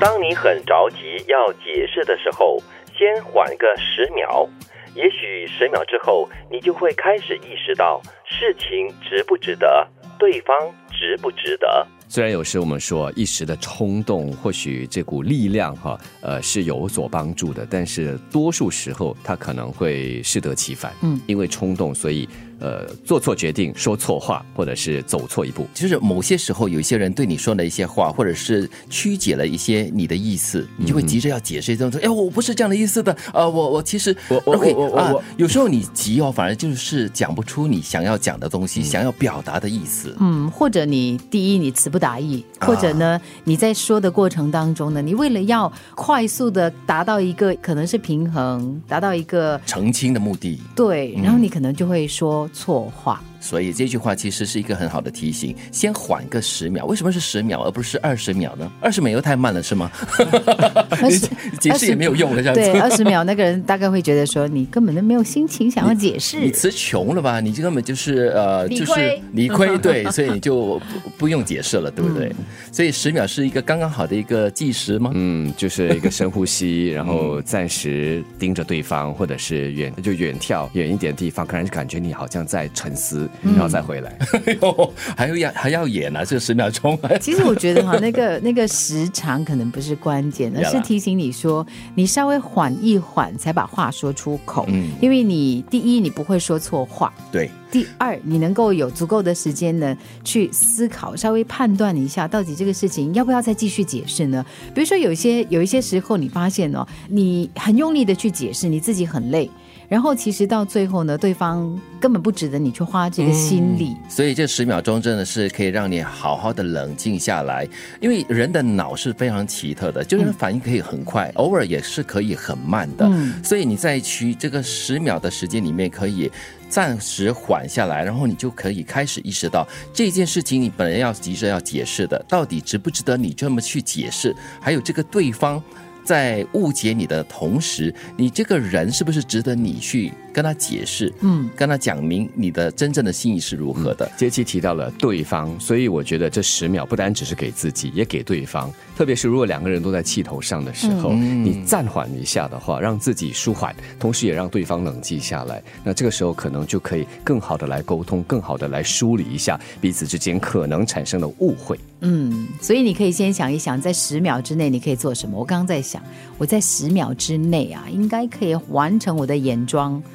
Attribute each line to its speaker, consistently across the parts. Speaker 1: 当你很着急要解释的时候，先缓个十秒，也许十秒之后，你就会开始意识到事情值不值得，对方值不值得。
Speaker 2: 虽然有时我们说一时的冲动，或许这股力量哈，呃是有所帮助的，但是多数时候它可能会适得其反。
Speaker 3: 嗯，
Speaker 2: 因为冲动，所以呃做错决定，说错话，或者是走错一步。
Speaker 3: 就是某些时候，有一些人对你说了一些话，或者是曲解了一些你的意思，你就会急着要解释，这种说：“哎，我不是这样的意思的。”呃，我我其实
Speaker 2: 嗯我我
Speaker 3: OK
Speaker 2: 我我
Speaker 3: 啊
Speaker 2: 我，
Speaker 3: 有时候你急哦，反而就是讲不出你想要讲的东
Speaker 2: 嗯
Speaker 3: 西，想要表达的意思。
Speaker 4: 嗯，或者你第一你词不达意，
Speaker 3: 啊
Speaker 4: 或者呢、你在说的过程当中呢，你为了要快速的达到一个可能是平衡，达到一个
Speaker 3: 澄清的目的，
Speaker 4: 对，
Speaker 3: 嗯
Speaker 4: 然后你可能就会说错 话。
Speaker 3: 所以这句话其实是一个很好的提醒，先缓个十秒。为什么是十秒而不是二十秒呢？二十秒又太慢了，是吗？
Speaker 4: 二 十
Speaker 3: 解释也没有用了，这样子。
Speaker 4: 对，二十秒那个人大概会觉得说你根本就没有心情想要解
Speaker 3: 你
Speaker 4: 释。
Speaker 3: 词穷了吧？你根本就是呃，
Speaker 4: 理
Speaker 3: 就
Speaker 4: 亏
Speaker 3: 是 理亏，对，所以你就不不用解释了，对不对？
Speaker 4: 嗯
Speaker 3: 所以十秒是一个刚刚好的一个计时吗？
Speaker 2: 嗯，就是一个深呼吸， 然后暂时盯着对方，或者是远就远眺远一点地方，可能感觉你好像在沉思，然后再回来。
Speaker 3: 哎呦，还要还要演啊，这十秒钟，
Speaker 4: 其实我觉得哈，那个那个时长可能不是关键，而
Speaker 3: 呀啦
Speaker 4: 是提醒你说，你稍微缓一缓才把话说出口。
Speaker 3: 嗯
Speaker 4: 因为你第一你不会说错话，
Speaker 3: 对，
Speaker 4: 第二，你能够有足够的时间呢，去思考，稍微判断一下，到底这个事情要不要再继续解释呢？比如说，有一些有一些时候，你发现哦，你很用力的去解释，你自己很累，然后其实到最后呢，对方根本不值得你去花这个心力。
Speaker 3: 所以这十秒钟真的是可以让你好好的冷静下来，因为人的脑是非常奇特的，就是反应可以很快，偶尔也是可以很慢的。
Speaker 4: 嗯
Speaker 3: 所以你在去这个十秒的时间里面，可以暂时缓下来，然后你就可以开始意识到这件事情，你本来要急着要解释的，到底值不值得你这么去解释？还有这个对方。在误解你的同时，你这个人是不是值得你去跟他解释？
Speaker 4: 嗯，
Speaker 3: 跟他讲明你的真正的心意是如何的。
Speaker 2: 杰奇提到了对方，所以我觉得这十秒不单只是给自己，也给对方。特别是如果两个人都在气头上的时候，你暂缓一下的话，让自己舒缓，同时也让对方冷静下来。那这个时候可能就可以更好的来沟通，更好的来梳理一下彼此之间可能产生的误会。
Speaker 4: 嗯，所以你可以先想一想，在十秒之内你可以做什么。我刚刚在想，我在十秒之内啊，应该可以完成我的眼妆。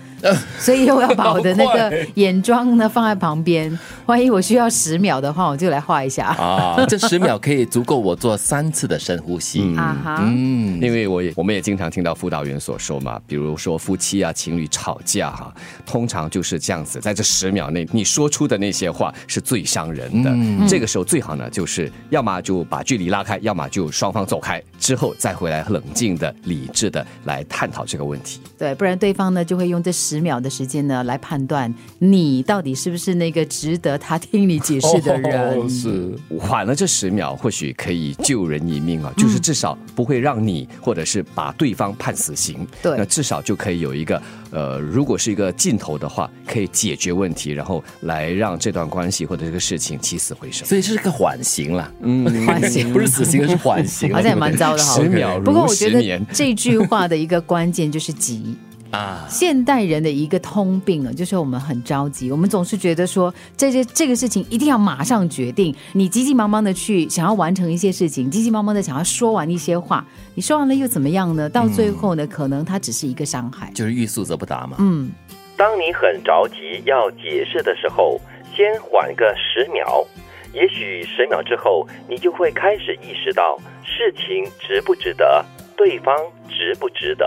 Speaker 4: 所以我要把我的那
Speaker 3: 呃
Speaker 4: 个
Speaker 3: 好快
Speaker 4: 眼妆呢放在旁边，万一我需要十秒的话，我就来画一下。
Speaker 3: 啊，这十秒可以足够我做三次的深呼吸。
Speaker 4: 啊哈，
Speaker 3: 嗯，
Speaker 2: 因为我也我们也经常听到辅导员所说嘛，比如说夫妻啊、情侣吵架哈、通常就是这样子，在这十秒内你说出的那些话是最伤人的。这个时候最好呢，就是要么就把距离拉开，要么就双方走开，之后再回来冷静的、理智的来探讨这个问题。
Speaker 4: 对，不然对方呢就会用这十秒的时间呢来判断你到底是不是那个值得他听你解释的人。
Speaker 3: 哦是
Speaker 2: 呃缓了这十秒，或许可以救人一命啊，就是至少不会让你或者是把对方判死刑。
Speaker 4: 对
Speaker 2: 那至少就可以有一个呃，如果是一个尽头的话，可以解决问题，然后来让这段关系或者这个事情起死回生。
Speaker 3: 所以这是个缓刑了，
Speaker 2: 嗯
Speaker 4: 缓刑
Speaker 3: 不是死刑，是缓刑
Speaker 2: 啊
Speaker 3: 了，
Speaker 4: 好像也蛮糟的哈。
Speaker 2: 十秒
Speaker 4: 不过
Speaker 2: 如
Speaker 4: 我觉
Speaker 2: 十
Speaker 4: 得
Speaker 2: 年
Speaker 4: 这句话的一个关键就 是急。
Speaker 3: 啊。
Speaker 4: 现代人的一个通病啊，就是我们很着急，我们总是觉得说这些这个事情一定要马上决定。你急急忙忙的去想要完成一些事情，急急忙忙的想要说完一些话，你说完了又怎么样呢？到最后呢，
Speaker 2: 嗯
Speaker 4: 可能它只是一个伤害。
Speaker 3: 就是欲速则不达嘛。
Speaker 4: 嗯，
Speaker 1: 当你很着急要解释的时候，先缓个十秒，也许十秒之后，你就会开始意识到事情值不值得，对方值不值得。